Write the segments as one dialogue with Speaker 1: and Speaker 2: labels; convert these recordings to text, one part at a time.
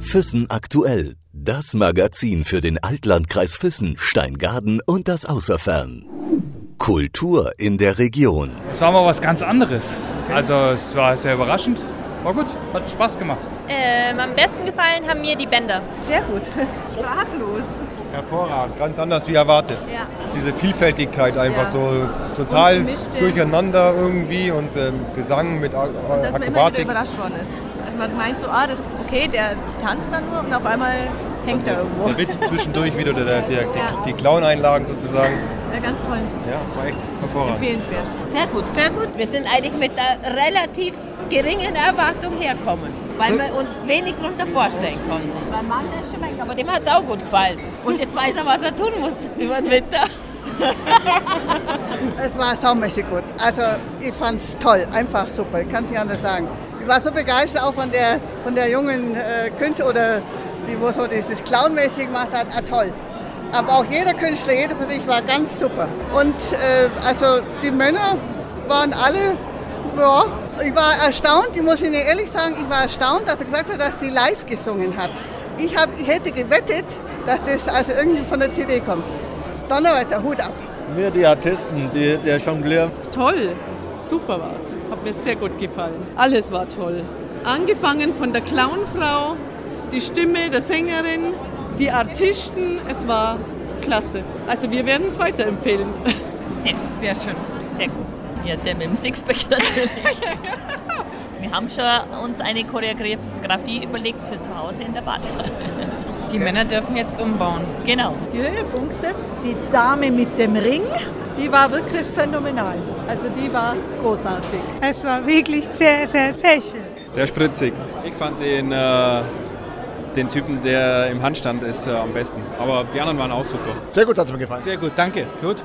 Speaker 1: Füssen aktuell. Das Magazin für den Altlandkreis Füssen, Steingaden und das Außerfern. Kultur in der Region.
Speaker 2: Es war mal was ganz anderes. Also es war sehr überraschend. War gut, hat Spaß gemacht.
Speaker 3: Ähm, am besten gefallen haben mir die Bänder.
Speaker 4: Sehr gut. Sprachlos.
Speaker 5: Hervorragend, ganz anders wie erwartet.
Speaker 4: Ja.
Speaker 5: Diese Vielfältigkeit einfach
Speaker 4: Ja.
Speaker 5: so total
Speaker 4: Und gemischte.
Speaker 5: durcheinander irgendwie und ähm, Gesang mit A
Speaker 4: Dass man immer wieder
Speaker 5: Akrobatik.
Speaker 4: überrascht worden ist. Also man meint so, ah, das ist okay, der tanzt dann nur und auf einmal hängt er irgendwo.
Speaker 5: Der Witz zwischendurch wieder, der, der, der, die Clown-Einlagen sozusagen.
Speaker 4: Ja, ganz toll.
Speaker 5: Ja, war echt hervorragend.
Speaker 4: Empfehlenswert.
Speaker 6: Sehr gut. Sehr gut. Wir sind eigentlich mit einer relativ geringen Erwartung herkommen, weil
Speaker 7: Hm?
Speaker 6: wir uns wenig darunter vorstellen konnten. Mein Mann, der ist schon weg, aber dem hat es auch gut gefallen. Und jetzt weiß er, was er tun muss über den Winter.
Speaker 8: Es war saumäßig gut. Also ich fand es toll, einfach super, ich kann es nicht anders sagen. Ich war so begeistert auch von der, von der jungen äh, Künstlerin, oder die wo so dieses Clownmäßig gemacht hat, ah, toll. Aber auch jeder Künstler, jeder für sich war ganz super. Und äh, also die Männer waren alle, ja, ich war erstaunt, ich muss Ihnen ehrlich sagen, ich war erstaunt, dass er gesagt hat, dass sie live gesungen hat. Ich, hab, ich hätte gewettet, dass das also irgendwie von der CD kommt. Donnerwetter, Hut ab.
Speaker 9: Mir die Artisten, die, der Jongleur,
Speaker 10: Toll, super war's. Hat mir sehr gut gefallen. Alles war toll. Angefangen von der Clownfrau, die Stimme der Sängerin, die Artisten, es war klasse. Also wir werden es weiterempfehlen.
Speaker 6: Sehr gut. Sehr schön. Sehr gut.
Speaker 7: Ja, der mit dem Sixpack natürlich. Wir haben schon uns eine Choreografie überlegt für zu Hause in der Badewanne.
Speaker 6: Die Männer dürfen jetzt umbauen.
Speaker 7: Genau.
Speaker 11: Die Höhepunkte, die Dame mit dem Ring, die war wirklich phänomenal. Also die war großartig. Es war wirklich sehr, sehr, sehr schön.
Speaker 2: Sehr spritzig. Ich fand den, äh, den Typen, der im Handstand ist, äh, am besten. Aber die anderen waren auch super.
Speaker 12: Sehr gut hat es mir gefallen.
Speaker 2: Sehr gut, danke. Gut.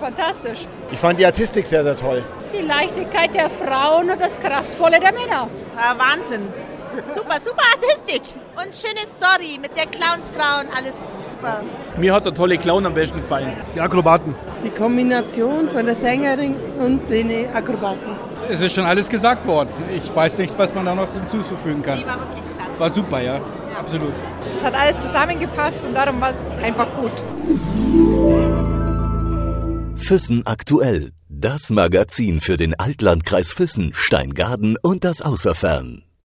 Speaker 6: Fantastisch.
Speaker 12: Ich fand die Artistik sehr, sehr toll.
Speaker 6: Die Leichtigkeit der Frauen und das Kraftvolle der Männer.
Speaker 4: Ah, Wahnsinn. Super, super Artistik. Und schöne Story mit der Clownsfrau und alles. Super.
Speaker 2: Mir hat der tolle Clown am besten gefallen.
Speaker 12: Die Akrobaten.
Speaker 11: Die Kombination von der Sängerin und den Akrobaten.
Speaker 2: Es ist schon alles gesagt worden. Ich weiß nicht, was man da noch hinzufügen kann.
Speaker 4: war wirklich klasse.
Speaker 2: War super, ja. Absolut.
Speaker 3: Es hat alles zusammengepasst und darum war es einfach gut.
Speaker 1: Füssen aktuell. Das Magazin für den Altlandkreis Füssen, Steingaden und das Außerfern.